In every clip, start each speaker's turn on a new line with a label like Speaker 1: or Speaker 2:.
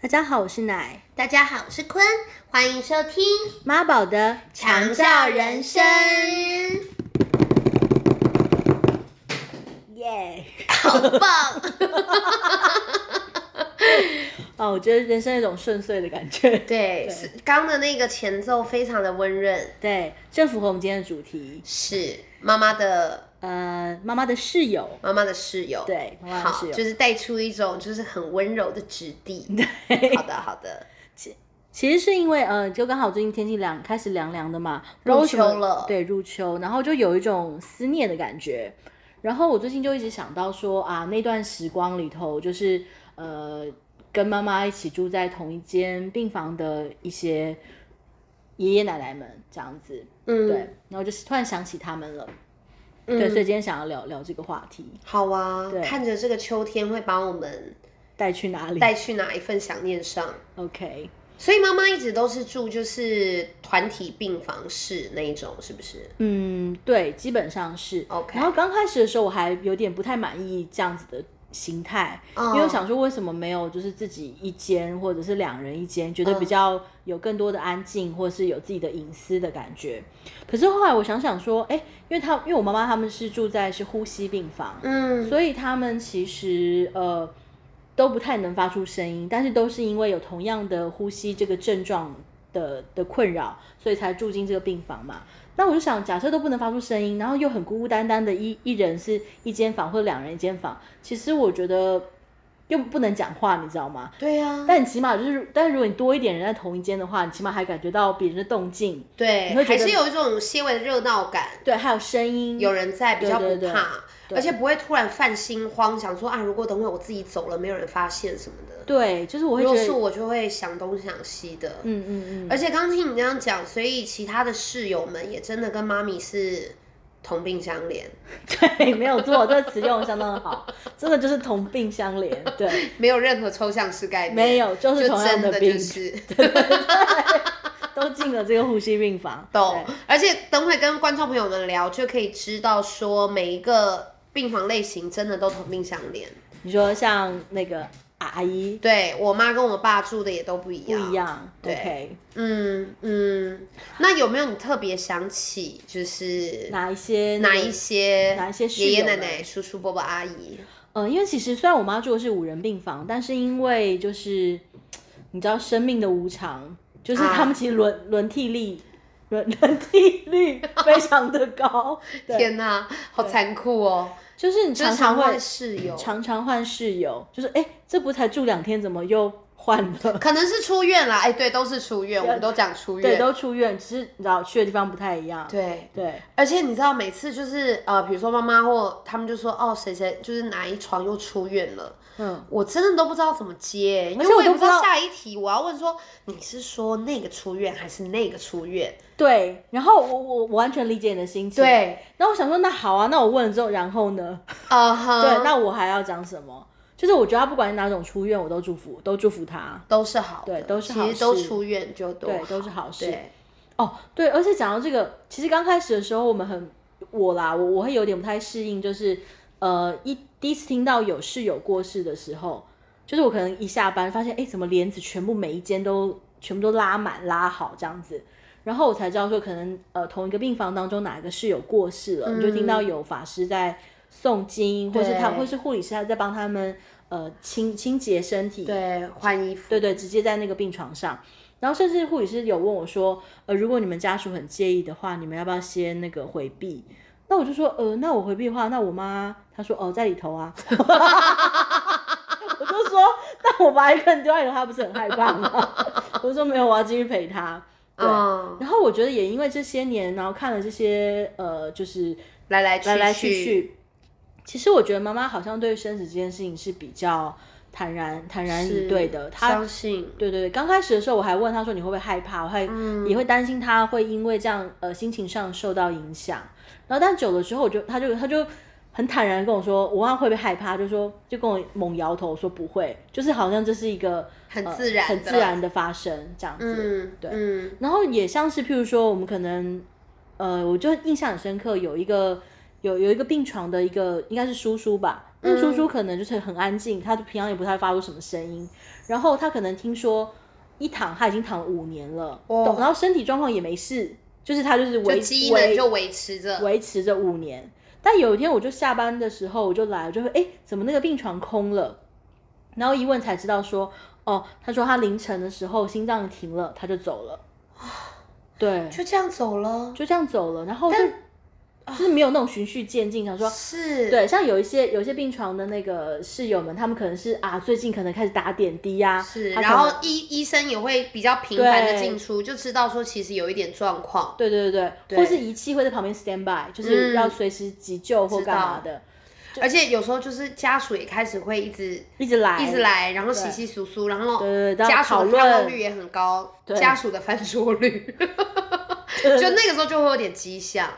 Speaker 1: 大家好，我是奶
Speaker 2: 大家好，我是坤，欢迎收听《
Speaker 1: 妈宝的
Speaker 2: 长照人生》。
Speaker 1: 耶！
Speaker 2: 好棒！
Speaker 1: 哦，我觉得人生有一种顺遂的感觉。
Speaker 2: 对，是刚的那个前奏非常的温润，
Speaker 1: 对，正符合我们今天的主题。
Speaker 2: 是妈妈的
Speaker 1: 呃，妈妈的室友，
Speaker 2: 妈妈的室友，，
Speaker 1: 对，妈妈的
Speaker 2: 好
Speaker 1: 室，友。
Speaker 2: 就是带出一种就是很温柔的质地。好的，好的，
Speaker 1: 其实是因为呃，就刚好最近天气凉，开始凉凉的嘛，不知道
Speaker 2: 入
Speaker 1: 为什么
Speaker 2: 秋了
Speaker 1: 对，入秋，然后就有一种思念的感觉。然后我最近就一直想到说啊，那段时光里头，就是呃，跟妈妈一起住在同一间病房的一些爷爷奶奶们这样子，
Speaker 2: 嗯，
Speaker 1: 对，然后就是突然想起他们了，
Speaker 2: 嗯
Speaker 1: 对，所以今天想要聊聊这个话题，
Speaker 2: 好啊
Speaker 1: 对，
Speaker 2: 看着这个秋天会把我们
Speaker 1: 带去哪里
Speaker 2: 带去哪一份想念上。
Speaker 1: ？OK，
Speaker 2: 所以妈妈一直都是住就是团体病房室那一种，是不是？
Speaker 1: 嗯，对，基本上是
Speaker 2: OK
Speaker 1: 然后刚开始的时候，我还有点不太满意这样子的形态，
Speaker 2: 哦
Speaker 1: 因为我想说为什么没有就是自己一间或者是两人一间，觉
Speaker 2: 嗯
Speaker 1: 得比较有更多的安静，或是有自己的隐私的感觉。可是后来我想想说，哎，因为他因为我妈妈他们是住在是呼吸病房，
Speaker 2: 嗯，
Speaker 1: 所以他们其实呃都不太能发出声音，但是都是因为有同样的呼吸这个症状的的困扰，所以才住进这个病房嘛。那我就想，假设都不能发出声音，然后又很孤孤单单的一一人是一间房或者两人一间房，其实我觉得又不能讲话，你知道吗？
Speaker 2: 对呀、啊，
Speaker 1: 但你起码就是，但如果你多一点人在同一间的话，你起码还感觉到别人的动静，
Speaker 2: 对
Speaker 1: 你会，觉
Speaker 2: 还
Speaker 1: 得
Speaker 2: 是有一种些微的热闹感，
Speaker 1: 对，还有声音，
Speaker 2: 有人在比较
Speaker 1: 对
Speaker 2: 不
Speaker 1: 对
Speaker 2: 怕，而且不会突然犯心慌，想说啊，如果等会我自己走了，没有人发现什么的。
Speaker 1: 对，就是我会
Speaker 2: 如
Speaker 1: 觉
Speaker 2: 果
Speaker 1: 得，
Speaker 2: 是我，就会想东想西的。
Speaker 1: 嗯嗯嗯，
Speaker 2: 而且刚听你这样讲，所以其他的室友们也真的跟妈咪是同病相怜，
Speaker 1: 对，没有错，这个词用得相当的好，真的就是同病相怜。 对，
Speaker 2: 没有任何抽象式概念，
Speaker 1: 没有就是
Speaker 2: 就
Speaker 1: 同样
Speaker 2: 真
Speaker 1: 的
Speaker 2: 的
Speaker 1: 病
Speaker 2: 就是。
Speaker 1: 都进了这个呼吸病房。
Speaker 2: 懂。而且等会跟观众朋友们聊，就可以知道说每一个病房类型真的都同病相怜。
Speaker 1: 对你说像那个阿姨
Speaker 2: 对我妈跟我爸住的也都不一
Speaker 1: 不
Speaker 2: 样。
Speaker 1: 一样
Speaker 2: 对啊
Speaker 1: ，OK，
Speaker 2: 嗯嗯，那有没有你特别想起，就是
Speaker 1: 哪一些
Speaker 2: 哪一？些
Speaker 1: 哪一些室友
Speaker 2: 爷爷奶
Speaker 1: 们
Speaker 2: 奶、叔叔伯伯、阿姨？
Speaker 1: 呃，因为其实虽然我妈住的是五人病房，但是因为就是你知道生命的无常，就是
Speaker 2: 啊
Speaker 1: 他们其实轮、轮替力。轮轮替率非常的高，对，
Speaker 2: 天哪、好残酷哦！
Speaker 1: 就是你
Speaker 2: 就是
Speaker 1: 常常会
Speaker 2: 换室友，
Speaker 1: 常常换室友，就是哎、这不才住两天，怎么又换了？
Speaker 2: 可能是出院啦。哎，对，都是出院，我们都讲出
Speaker 1: 对，
Speaker 2: 院。
Speaker 1: 都出院，只是你知道去的地方不太一样。
Speaker 2: 对，
Speaker 1: 对
Speaker 2: 而且你知道，每次就是呃，比如说妈妈或他们就说哦，谁谁就是哪一床又出院了，
Speaker 1: 嗯，
Speaker 2: 我真的都不知道怎么接，因
Speaker 1: 而且
Speaker 2: 为
Speaker 1: 我
Speaker 2: 也
Speaker 1: 都
Speaker 2: 不
Speaker 1: 不知道
Speaker 2: 下一题我要问说你是说那个出院还是那个出院？
Speaker 1: 对。然后我我我完全理解你的心情。。
Speaker 2: 对，
Speaker 1: 然后我想说，那好啊，那我问了之后，然后呢？
Speaker 2: 啊哈，
Speaker 1: 对，那我还要讲什么？就是我觉得他不管哪种出院，我都祝福，都祝福他。
Speaker 2: 都是好的，
Speaker 1: 对都是好
Speaker 2: 其实都
Speaker 1: 事
Speaker 2: 出院就多
Speaker 1: 对
Speaker 2: 好，
Speaker 1: 都是好事
Speaker 2: 对，
Speaker 1: 哦，对，而且讲到这个，其实刚开始的时候，我们很我啦，我我会有点不太适应，就是呃，一第一次听到有室友过世的时候，就是我可能一下班发现，哎，怎么帘子全部每一间都全部都拉满拉好这样子，然后我才知道说，可能呃同一个病房当中哪一个室友过世了，你就听到有法师在诵经，或是他
Speaker 2: 嗯对
Speaker 1: 或是护理师他在帮他们呃清清洁身体，
Speaker 2: 对，换衣服，
Speaker 1: 对对，直接在那个病床上。然后甚至护理师有问我说，呃，如果你们家属很介意的话，你们要不要先那个回避？那我就说，呃，那我回避的话，那我妈她说，哦，在里头啊。 我就说，那我把一个人丢在里头，她不是很害怕吗？ 我就说没有，我要继续陪她。对，
Speaker 2: 嗯，
Speaker 1: 然后我觉得也因为这些年，然后看了这些呃，就是
Speaker 2: 来来去
Speaker 1: 来来去，去。其实我觉得妈妈好像对于生死这件事情是比较坦然坦然以
Speaker 2: 是
Speaker 1: 对的，她
Speaker 2: 嗯相信，
Speaker 1: 对对对，刚开始的时候我还问他说你会不会害怕，我还、
Speaker 2: 嗯
Speaker 1: 也会担心他会因为这样呃心情上受到影响。然后但久了之后，我就他就他就很坦然地跟我说，我问他会不会害怕，就说就跟我猛摇头说不会，就是好像这是一个
Speaker 2: 很
Speaker 1: 呃
Speaker 2: 自然
Speaker 1: 很
Speaker 2: 的
Speaker 1: 自然的发生这样子。
Speaker 2: 嗯，
Speaker 1: 对
Speaker 2: 嗯，
Speaker 1: 然后也像是譬如说，我们可能呃，我就印象很深刻，有一个有有一个病床的一个应该是叔叔吧，那猪猪可能就是很安静，它平常也不太发出什么声音。然后它可能听说一躺它已经躺了五年了，
Speaker 2: 哦
Speaker 1: 懂然后身体状况也没事，就是它就是维
Speaker 2: 就机能
Speaker 1: 维
Speaker 2: 就维持着。
Speaker 1: 维持着五年。但有一天我就下班的时候我就来，我就说哎，诶怎么那个病床空了？然后一问才知道说，哦，他说他凌晨的时候心脏停了，他就走 了。对，
Speaker 2: 就这样走了，
Speaker 1: 就这样走了，然后就就是没有那种循序渐进，
Speaker 2: 啊
Speaker 1: 想说
Speaker 2: 是，
Speaker 1: 对，像有一些有一些病床的那个室友们，他们可能是啊，最近可能开始打点滴呀、
Speaker 2: 是，
Speaker 1: 他可
Speaker 2: 然后
Speaker 1: 能
Speaker 2: 医医生也会比较频繁的
Speaker 1: 对
Speaker 2: 进出，就知道说其实有一点状况。
Speaker 1: 对对对对，
Speaker 2: 对
Speaker 1: 或是仪器会在旁边 stand by，就是
Speaker 2: 嗯
Speaker 1: 要随时急救或
Speaker 2: 知
Speaker 1: 干嘛
Speaker 2: 道
Speaker 1: 的，
Speaker 2: 而且有时候就是家属也开始会一直
Speaker 1: 一直来
Speaker 2: 一 直，来，然后稀稀疏疏，然后
Speaker 1: 对对对，
Speaker 2: 家
Speaker 1: 要
Speaker 2: 属
Speaker 1: 讨
Speaker 2: 的看望
Speaker 1: 论，
Speaker 2: 率也很高，
Speaker 1: 对
Speaker 2: 家属的翻桌率，
Speaker 1: 对
Speaker 2: 就那个时候就会有点迹象。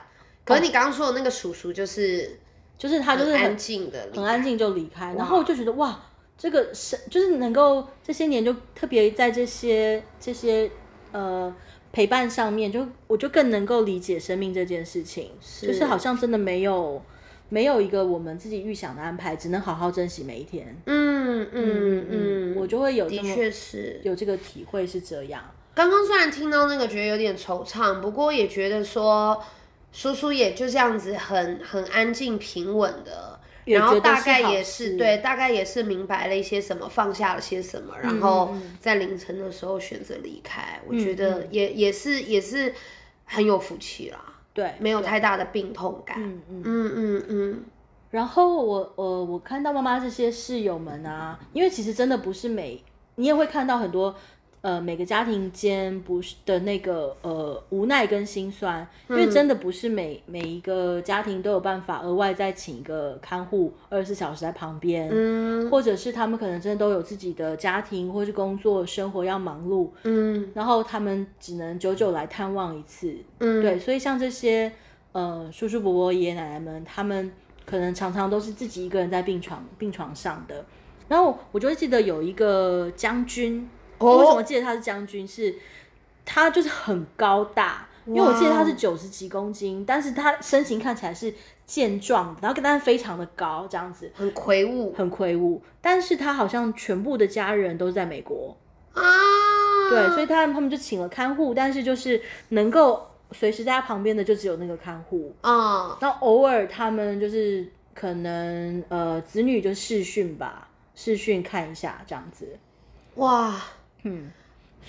Speaker 2: 可是你刚刚说的那个叔叔就是
Speaker 1: 就是他哦就是
Speaker 2: 很
Speaker 1: 很
Speaker 2: 安静的，
Speaker 1: 很安。静就离开，然后我就觉得哇，这个是就是能够这些年就特别在这些这些呃陪伴上面，就我就更能够理解生命这件事情，就是好像真的没有没有一个我们自己预想的安排，只能好好珍惜每一天。
Speaker 2: 嗯嗯嗯，
Speaker 1: 我就会有这
Speaker 2: 的
Speaker 1: 么
Speaker 2: 确是。
Speaker 1: 有这个体会是这样，
Speaker 2: 刚刚虽然听到那个觉得有点惆怅，不过也觉得说叔叔也就这样子很很安静平稳的，然后
Speaker 1: 觉得
Speaker 2: 大
Speaker 1: 是
Speaker 2: 概
Speaker 1: 好
Speaker 2: 也
Speaker 1: 事
Speaker 2: 是对，大概也是明白了一些什么，放下了些什么，然后
Speaker 1: 嗯嗯
Speaker 2: 在凌晨的时候选择离开，我觉
Speaker 1: 嗯
Speaker 2: 得也也是也是很有福气啦，
Speaker 1: 对，
Speaker 2: 没有太大的病痛感。
Speaker 1: 嗯嗯。
Speaker 2: 嗯嗯嗯，
Speaker 1: 然后我我我看到妈妈这些室友们啊，因为其实真的不是每你也会看到很多呃每个家庭间不是的那个呃无奈跟心酸，因为真的不是每每一个家庭都有办法额外再请一个看护二十四小时在旁边，
Speaker 2: 嗯
Speaker 1: 或者是他们可能真的都有自己的家庭或是工作生活要忙碌，
Speaker 2: 嗯
Speaker 1: 然后他们只能久久来探望一次，
Speaker 2: 嗯，
Speaker 1: 对，所以像这些呃叔叔伯伯、爷爷奶奶们，他们可能常常都是自己一个人在病床病床上的。然后我就会记得有一个将军，我为什么记得他是将军？是他就是很高大，因为我记得他是
Speaker 2: 哇
Speaker 1: 九十几公斤，但是他身形看起来是健壮的，然后但是非常的高，这样子
Speaker 2: 很魁梧
Speaker 1: 很魁梧。但是他好像全部的家人都在美国，
Speaker 2: 啊，嗯
Speaker 1: 对，所以他他们就请了看护，但是就是能够随时在他旁边的就只有那个看护。
Speaker 2: 啊、
Speaker 1: 然后偶尔他们就是可能呃子女就视讯吧，视讯看一下这样子。
Speaker 2: 哇，
Speaker 1: 嗯，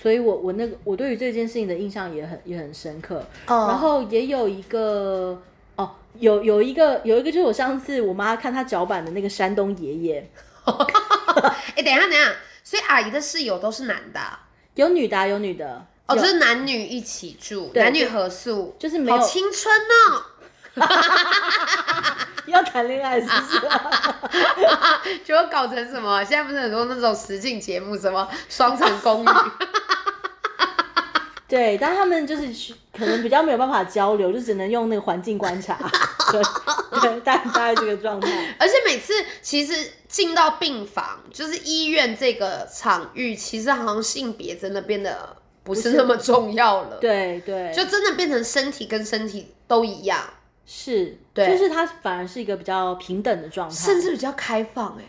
Speaker 1: 所以我我那个我对于这件事情的印象也很也很深刻。
Speaker 2: 哦
Speaker 1: 然后也有一个哦，有有一个有一个就是我上次我妈看她脚板的那个山东爷爷，
Speaker 2: 哎、等一下，等一下，所以阿姨的室友都是男的啊、
Speaker 1: 有女的啊、有女的。
Speaker 2: 哦，
Speaker 1: 有
Speaker 2: 就是男女一起住，
Speaker 1: 对
Speaker 2: 男女合宿，
Speaker 1: 就是没有
Speaker 2: 好青春哦，
Speaker 1: 要谈恋爱是不是？
Speaker 2: 结果搞成什么？现在不是很多那种实境节目，什么双层 公寓，
Speaker 1: 对，但他们就是去可能比较没有办法交流，就只能用那个环境观察， 对对，大大概这个状态。
Speaker 2: 而且每次其实进到病房，就是医院这个场域，其实好像性别真的变得不是那么重要了，，
Speaker 1: 对对，
Speaker 2: 就真的变成身体跟身体都一样，
Speaker 1: 是，
Speaker 2: 对
Speaker 1: 就是它反而是一个比较平等的状态，
Speaker 2: 甚至比较开放、哎，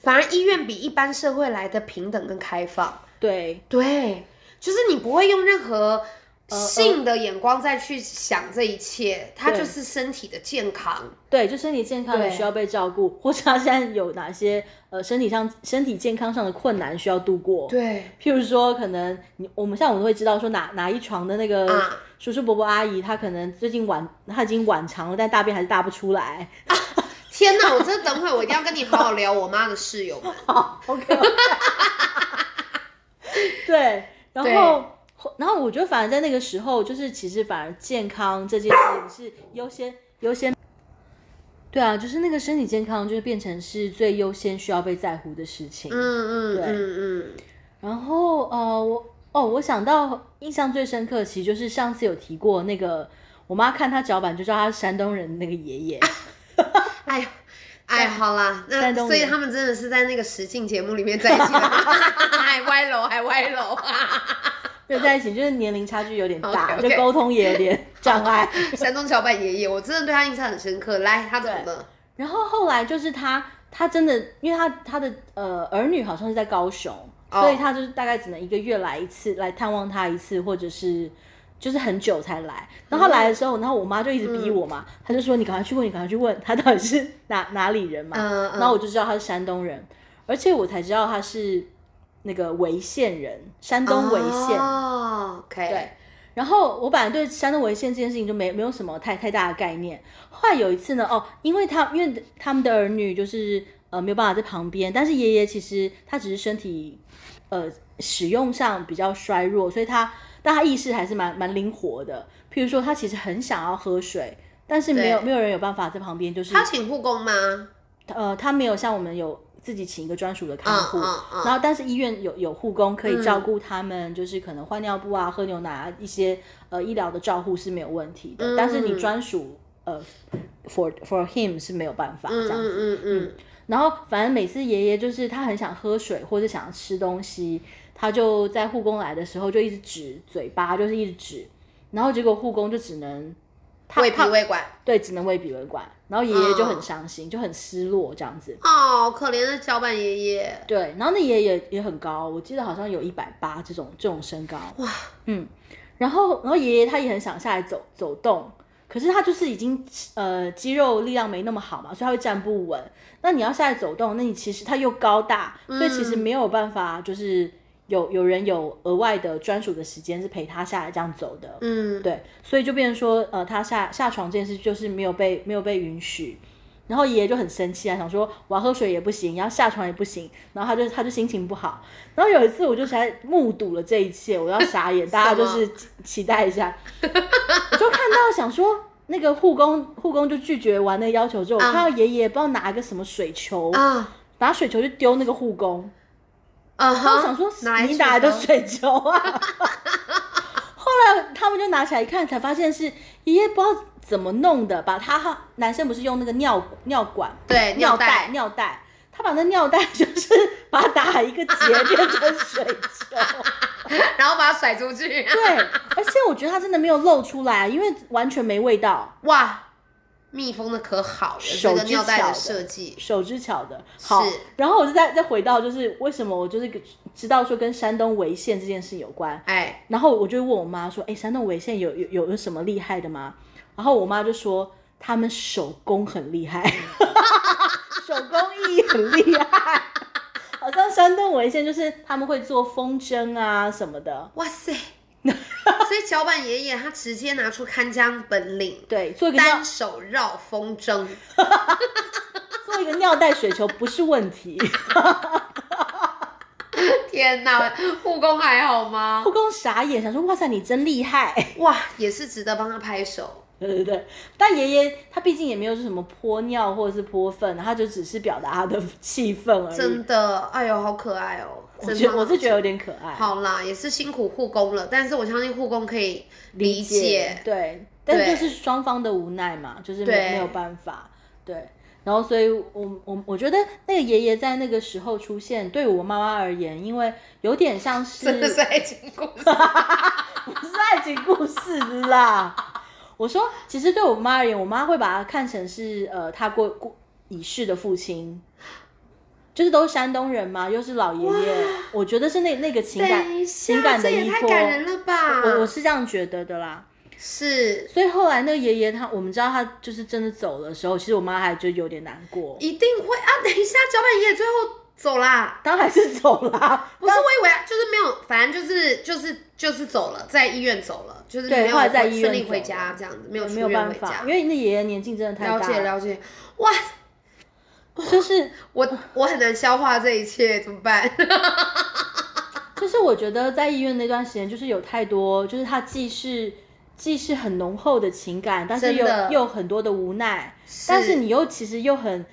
Speaker 2: 反而医院比一般社会来的平等跟开放。
Speaker 1: 对
Speaker 2: 对，就是你不会用任何
Speaker 1: 呃
Speaker 2: 性的眼光再去想这一切，它
Speaker 1: 对
Speaker 2: 就是身体的健康。
Speaker 1: 对，就身体健康也
Speaker 2: 对
Speaker 1: 需要被照顾，或者他现在有哪些呃身体上身体健康上的困难需要度过。
Speaker 2: 对，
Speaker 1: 譬如说，可能你我们像我们会知道说哪哪一床的那个
Speaker 2: 啊
Speaker 1: 叔叔伯伯阿姨，她可能最近晚她已经晚长了，但大便还是大不出来。
Speaker 2: 天哪！我真的等会我一定要跟你好好聊我妈的室 友们。
Speaker 1: OK，对，然后然后我觉得反而在那个时候，就是其实反而健康这件事情是优先优先。对啊，就是那个身体健康，就是变成是最优先需要被在乎的事情。
Speaker 2: 嗯嗯
Speaker 1: 对
Speaker 2: 嗯嗯，
Speaker 1: 然后呃，我哦，我想到印象最深刻，其实就是上次有提过那个，我妈看他脚板就知道他是山东人的那个爷爷。
Speaker 2: 哎呀。哎，好啦，那
Speaker 1: 山东
Speaker 2: 所以
Speaker 1: 人
Speaker 2: 他们真的是在那个实境节目里面在一 起的，还歪楼，还歪楼啊！
Speaker 1: 没有在一起，就是年龄差距有点大
Speaker 2: OK，OK
Speaker 1: 就沟通也有点障碍。
Speaker 2: 山东小板爷爷，我真的对他印象很深刻。来，他怎么了？
Speaker 1: 然后后来就是他，他真的，因为他他的呃儿女好像是在高雄，
Speaker 2: 哦
Speaker 1: 所以他就是大概只能一个月来一次，来探望他一次，或者是就是很久才来。然后他来的时候，然后我妈就一直逼我
Speaker 2: 嗯
Speaker 1: 嘛，她就说你赶快去问，你赶快去问他到底是哪哪里人嘛。
Speaker 2: 嗯嗯
Speaker 1: 然后我就知道他是山东人，而且我才知道他是那个潍县人，山东潍县。
Speaker 2: 哦，OK，
Speaker 1: 对，然后我本来对山东潍县这件事情就没没有什么太太大的概念。后来有一次呢，哦，因为他因为他们的儿女就是呃没有办法在旁边，但是爷爷其实他只是身体呃使用上比较衰弱，所以他但他意识还是蛮蛮灵活的。譬如说，他其实很想要喝水，但是没有
Speaker 2: 对
Speaker 1: 没有人有办法在旁边，就是
Speaker 2: 他请护工吗？
Speaker 1: 呃他没有像我们有自己请一个专属的看护。
Speaker 2: 嗯嗯
Speaker 1: 然后，但是医院有有护工可以照顾他们，就是可能换尿布啊、喝牛奶啊一些呃医疗的照护是没有问题的。
Speaker 2: 嗯
Speaker 1: 但是你专属呃 for for him 是没有办法这
Speaker 2: 嗯
Speaker 1: 样子。
Speaker 2: 嗯嗯
Speaker 1: 然后反正每次爷爷就是他很想喝水或者想吃东西，他就在护工来的时候就一直指嘴巴，就是一直指，然后结果护工就只能
Speaker 2: 嗯，胃
Speaker 1: 他
Speaker 2: 皮胃管，
Speaker 1: 对只能喂鼻胃管，然后爷爷就很伤心，就很失落这样子。
Speaker 2: 哦，可怜的搅拌爷爷，
Speaker 1: 对，然后那爷爷也也很高，我记得好像有一百八这种这种身高。哇，嗯，然后然后爷爷他也很想下来走走动，可是他就是已经呃肌肉力量没那么好嘛，所以他会站不稳。那你要下来走动，那你其实他又高大，所以其实没有办法就是有有人有额外的专属的时间是陪他下来这样走的。
Speaker 2: 嗯，
Speaker 1: 对，所以就变成说，呃，他下下床这件事就是没有被没有被允许，然后爷爷就很生气啊，想说我要喝水也不行，然后下床也不行，然后他就他就心情不好。然后有一次我就才目睹了这一切，我要傻眼，大家就是期期待一下，我就看到想说。那个护工护工就拒绝完那个要求之后，我看到爷爷不知道拿一个什么水球，
Speaker 2: 啊，
Speaker 1: 拿水球去丢那个护工，
Speaker 2: 嗯
Speaker 1: 然后
Speaker 2: 哼，
Speaker 1: 想说
Speaker 2: 哪来
Speaker 1: 你哪来的
Speaker 2: 的水
Speaker 1: 水球啊？后来他们就拿起来一看，才发现是爷爷不知道怎么弄的，把他男生不是用那个尿尿管
Speaker 2: 对
Speaker 1: 尿
Speaker 2: 尿
Speaker 1: 袋
Speaker 2: 袋
Speaker 1: 尿袋，他把那尿袋就是把它打一个结变成水球。
Speaker 2: 球， 然后把它甩 出去，
Speaker 1: 对，而且我觉得他真的没有露出来，因为完全没味道，
Speaker 2: 哇，密封的可好了，
Speaker 1: 手
Speaker 2: 这个
Speaker 1: 之
Speaker 2: 尿袋
Speaker 1: 巧
Speaker 2: 的
Speaker 1: 的
Speaker 2: 设计，
Speaker 1: 手之巧的。好
Speaker 2: 是，
Speaker 1: 然后我就再再回到就是为什么我就是知道说跟山东潍县这件事有关，
Speaker 2: 哎，
Speaker 1: 然后我就问我妈说：“哎、山东潍县有有有有什么厉害的吗？”然后我妈就说：“他们手工很厉害， 手工艺很厉害。好像山东潍县就是他们会做风筝啊什么的，
Speaker 2: 哇 塞，所以搅拌爷爷他直接拿出看家本领，
Speaker 1: 对，做一个尿
Speaker 2: 单手绕风筝，
Speaker 1: 做一个尿袋水球不是问 题。
Speaker 2: 天哪，护工还好吗
Speaker 1: 护？工傻眼，想说：哇塞，你真厉害！
Speaker 2: 哇，也是值得帮他拍手，
Speaker 1: 对对对，但爷爷他毕竟也没有是什么泼尿或者是泼粪，他就只是表达他的气氛而已。
Speaker 2: 真的，哎呦，好可爱哦，
Speaker 1: 我
Speaker 2: 真
Speaker 1: 觉
Speaker 2: 的
Speaker 1: 得我是觉得有点可爱。
Speaker 2: 好啦，也是辛苦护工了，但是我相信护工可以理解。
Speaker 1: 对，但是
Speaker 2: 对
Speaker 1: 就是双方的无奈嘛，就是没
Speaker 2: 对
Speaker 1: 没有办法，对。然后，所以我我我觉得那个爷爷在那个时候出现，对我妈妈而言，因为有点像是
Speaker 2: 真的 是爱情故事，
Speaker 1: 不是爱情故事啦。 我说，其实对我妈而言，我妈会把他看成是呃，她过过已逝的父亲，就是都是山东人嘛，又是老爷爷，我觉得是那那个 情
Speaker 2: 等一
Speaker 1: 感情
Speaker 2: 下，
Speaker 1: 感
Speaker 2: 这
Speaker 1: 的
Speaker 2: 也
Speaker 1: 依
Speaker 2: 太
Speaker 1: 托，
Speaker 2: 感人了吧！
Speaker 1: 我我是这样觉得的啦。
Speaker 2: 是
Speaker 1: 所以后来那个爷爷他，我们知道他就是真的走的时候，其实我妈还就有点难过，
Speaker 2: 一定会啊！等一下，脚本爷爷最后走啦，
Speaker 1: 当然是走啦。
Speaker 2: 不是我以为啊就是没有，反正就是就是就是走了，在医院走了，就是
Speaker 1: 对
Speaker 2: 没有
Speaker 1: 后来在医院
Speaker 2: 顺利
Speaker 1: 走
Speaker 2: 回
Speaker 1: 了
Speaker 2: 家这样子，没有
Speaker 1: 没有
Speaker 2: 出院
Speaker 1: 办
Speaker 2: 回
Speaker 1: 法，
Speaker 2: 家
Speaker 1: 因。为那爷爷年纪真的太
Speaker 2: 了
Speaker 1: 大
Speaker 2: 解了解，哇，
Speaker 1: 就是
Speaker 2: 我我很难消化这一切，怎么办？
Speaker 1: 就是我觉得在医院那段时间，就是有太多，就是他既是既是很浓厚的情感，但是
Speaker 2: 真
Speaker 1: 又
Speaker 2: 的
Speaker 1: 又有很多的无奈，但是你又其实又很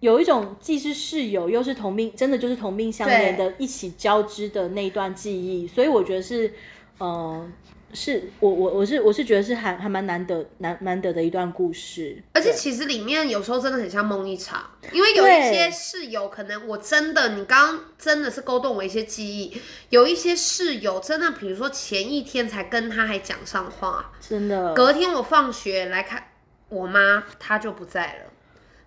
Speaker 1: 有一种既是室友又是同病，真的就是同病相怜的，一起交织的那一段记忆，所以我觉得是，嗯、是我我我是我是觉得是还还蛮难得难难得的一段故事，
Speaker 2: 而且
Speaker 1: 对
Speaker 2: 其实里面有时候真的很像梦一场，因为有一
Speaker 1: 对
Speaker 2: 些室友，可能我真的，你刚刚真的是勾动我一些记忆。有一些室友真的，比如说前一天才跟他还讲上
Speaker 1: 嗯
Speaker 2: 话，
Speaker 1: 真的
Speaker 2: 隔天我放学来看我妈，她就不在了。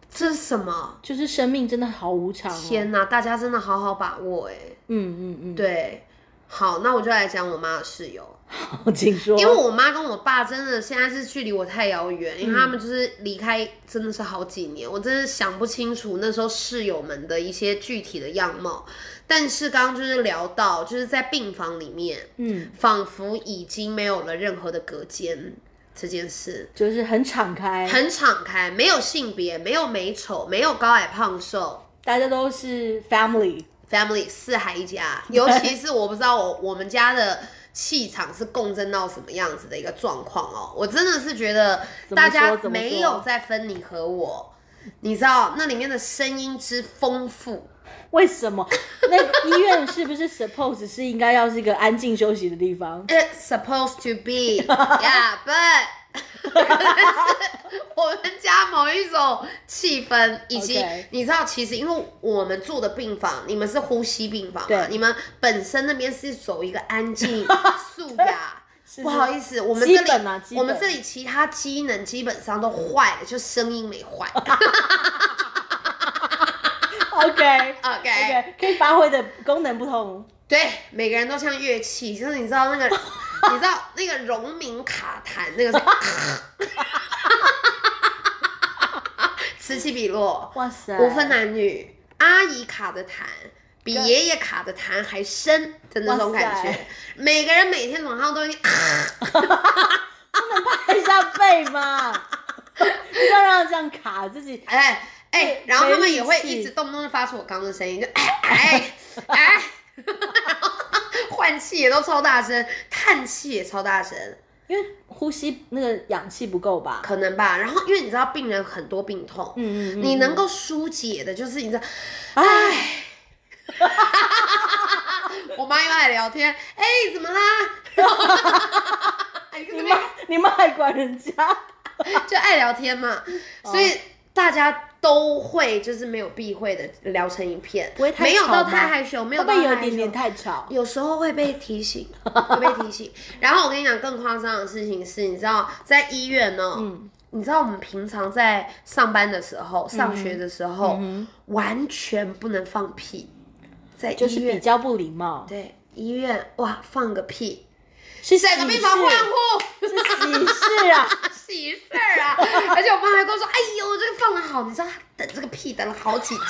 Speaker 2: 这是什么？
Speaker 1: 就是生命真的好无常、哦。
Speaker 2: 天哪，大家真的好好把握哎、
Speaker 1: 嗯嗯嗯，
Speaker 2: 对，好，那我就来讲我妈的室友，
Speaker 1: 好，请说。
Speaker 2: 因为我妈跟我爸真的现在是距离我太遥远，因为他们就是离开真的是好几年，我真的想不清楚那时候室友们的一些具体的样貌。但是刚刚就是聊到，就是在病房里面，
Speaker 1: 嗯，
Speaker 2: 仿佛已经没有了任何的隔间这件事。
Speaker 1: 就是很敞开，
Speaker 2: 很敞开，没有性别，没有美丑，没有高矮胖瘦
Speaker 1: 大家都是 family。
Speaker 2: ，family 四海一家。尤其是我不知道我我们家的气场是共振到什么样子的一个状况哦，我真的是觉得
Speaker 1: 怎么
Speaker 2: 大
Speaker 1: 说
Speaker 2: 家
Speaker 1: 怎么说
Speaker 2: 没有在分你和我，你知道那里面的声音之丰富，
Speaker 1: 为什么？ 那医院是不是 suppose 是应该要是一个安静休息的地方？
Speaker 2: It's supposed to be, yeah, but 我们家某一种气氛，以及
Speaker 1: OK
Speaker 2: 你知道，其实因为我们住的病房，你们是呼吸病房嘛
Speaker 1: 对，
Speaker 2: 你们本身那边是走一个安 静、素雅。
Speaker 1: 是
Speaker 2: 不好意思，我们
Speaker 1: 基
Speaker 2: 这里、
Speaker 1: 本啊基本
Speaker 2: 我们这里其他机能基本上都坏了，就声音没坏。
Speaker 1: ，OK
Speaker 2: OK，,
Speaker 1: OK，可以发挥的功能不同。
Speaker 2: 对，每个人都像乐器，就是你知道那个，你知道那个荣民卡痰，那个是，此起彼落，
Speaker 1: 哇塞，
Speaker 2: 不分啊男女，阿姨卡的痰比
Speaker 1: 对
Speaker 2: 爷爷卡的痰还深的那种感
Speaker 1: 哇
Speaker 2: 觉
Speaker 1: 塞。
Speaker 2: 每个人每天早上都会
Speaker 1: 拍一下背嘛，不要让它这样卡自己。
Speaker 2: 哎哎，然后他们也会
Speaker 1: 没力气
Speaker 2: 一直动不动就发出我刚刚的声音，就哎哎哎， 换气也都超大声，叹气也超大声。
Speaker 1: 因为呼吸那个氧气不够吧？
Speaker 2: 可能吧。然后因为你知道病人很多病痛，
Speaker 1: 嗯嗯嗯，
Speaker 2: 你能够疏解的就是你知道，
Speaker 1: 哎，
Speaker 2: 我妈又爱聊天，哎、怎么啦？哎你
Speaker 1: 你
Speaker 2: 怎
Speaker 1: 妈
Speaker 2: 么
Speaker 1: 你妈还管人家？
Speaker 2: 就爱聊天嘛，
Speaker 1: 嗯
Speaker 2: 所
Speaker 1: 哦
Speaker 2: 以大家。都会就是没有避讳的聊成一片，
Speaker 1: 不会太
Speaker 2: 没有
Speaker 1: 吵
Speaker 2: 到
Speaker 1: 吗
Speaker 2: 太害羞，没有
Speaker 1: 会不
Speaker 2: 到
Speaker 1: 会有
Speaker 2: 害
Speaker 1: 点
Speaker 2: 羞
Speaker 1: 点太吵？
Speaker 2: 有时候会被提 醒，会被提醒。然后我跟你讲，更夸张的事情是，你知道在医院呢、
Speaker 1: 嗯
Speaker 2: 你知道我们平常在上班的时候、上学的时候，
Speaker 1: 嗯
Speaker 2: 完全不能放屁，在医院、
Speaker 1: 就是比较不礼貌，
Speaker 2: 对医院哇放个屁，
Speaker 1: 是
Speaker 2: 整个病房欢呼，
Speaker 1: 是喜事啊！
Speaker 2: 喜事儿啊！ 而且我妈还跟我说，哎呦，这个放的好，你知道她等这个屁等了好几天。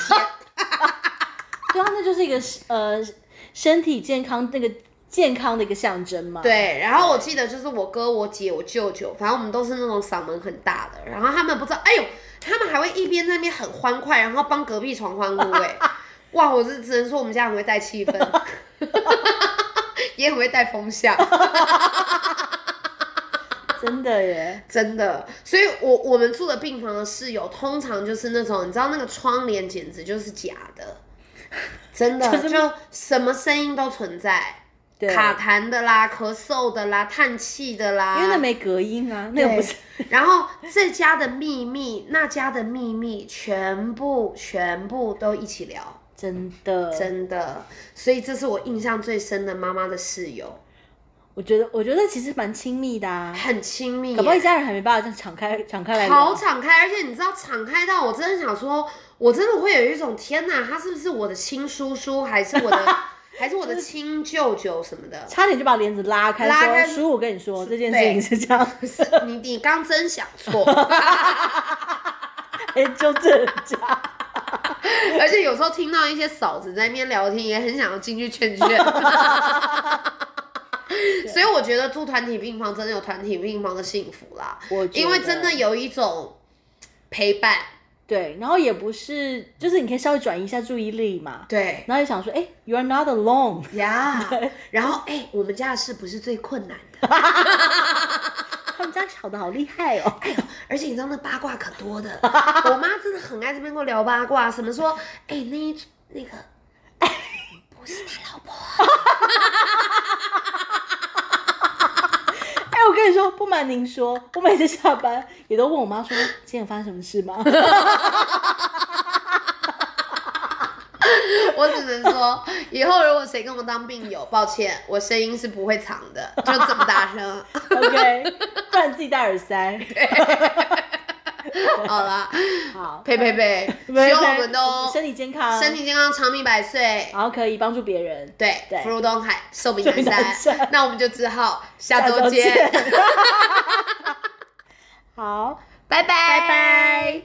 Speaker 1: 对啊，那就是一个呃身体健康那个健康的一个象征嘛。，
Speaker 2: 对，然后我记得就是我哥、我姐、我舅舅，反正我们都是那种嗓门很大的。然后他们不知道，哎呦，他们还会一边在那边很欢快，然后帮隔壁床欢呼、哎，哇！我是只能说我们家很会带气氛， 也很会带风向，
Speaker 1: 真的耶。
Speaker 2: 真的。所以我我们住的病房的室友，通常就是那种你知道那个窗帘简直就是假的，真的
Speaker 1: 就是
Speaker 2: 就什么声音都存在。
Speaker 1: 对，
Speaker 2: 卡痰的啦，咳嗽的啦，叹气的啦，
Speaker 1: 因为那没隔音啊，那个
Speaker 2: 对，
Speaker 1: 不是。
Speaker 2: 然后这家的秘密，那家的秘密，全部全部都一起聊，
Speaker 1: 真的，
Speaker 2: 真的。所以这是我印象最深的妈妈的室友，
Speaker 1: 我觉得，我觉得其实蛮亲密的啊，
Speaker 2: 很亲密耶，
Speaker 1: 搞不好一家人还没办法这样敞开敞开来聊
Speaker 2: 好敞开，而且你知道，敞开到我真的想说，我真的会有一种天哪，他是不是我的亲叔叔，还是我的， 还是我的亲舅舅什么的？
Speaker 1: 差点就把帘子拉开，
Speaker 2: 拉开
Speaker 1: 说：“叔，我跟你说，这件事情是这样，
Speaker 2: 是你你刚真想 错，
Speaker 1: 哎，就这家。
Speaker 2: 而且有时候听到一些嫂子在那边聊天，也很想要进去劝劝。 所以我觉得住团体病房真的有团体病房的幸福啦，
Speaker 1: 我觉得
Speaker 2: 因为真的有一种陪伴，
Speaker 1: 对，然后也不是，就是你可以稍微转移一下注意力嘛，
Speaker 2: 对
Speaker 1: 然后就想说，哎，you are not alone，
Speaker 2: 呀。 然后哎、我们家的事不是最困难的，
Speaker 1: 他们家吵得好厉害 哦。
Speaker 2: 哎呦，而且你知道那八卦可多的，我妈真的很爱这边跟我聊八卦，什么说哎、那一那 个。不是他老婆，
Speaker 1: 哎，我跟你说，不瞒您说，我每次下班也都问我妈说，今天有发生什么事吗？
Speaker 2: 我只能说，以后如果谁跟我当病友，抱歉，我声音是不会藏的，就这么大声。
Speaker 1: OK，不然自己戴耳塞。
Speaker 2: 好啦，
Speaker 1: 好，
Speaker 2: 呸呸呸，
Speaker 1: 没
Speaker 2: 希望我
Speaker 1: 没
Speaker 2: 们都
Speaker 1: 身体健康，
Speaker 2: 身体健康，长命百岁。
Speaker 1: 然后可以帮助别人。
Speaker 2: 对
Speaker 1: 对，
Speaker 2: 福如东海，寿比
Speaker 1: 寿比
Speaker 2: 南
Speaker 1: 南
Speaker 2: 山
Speaker 1: 山。
Speaker 2: 那我们就只好下
Speaker 1: 下
Speaker 2: 周
Speaker 1: 周
Speaker 2: 见，
Speaker 1: 好。
Speaker 2: 拜拜
Speaker 1: 拜拜。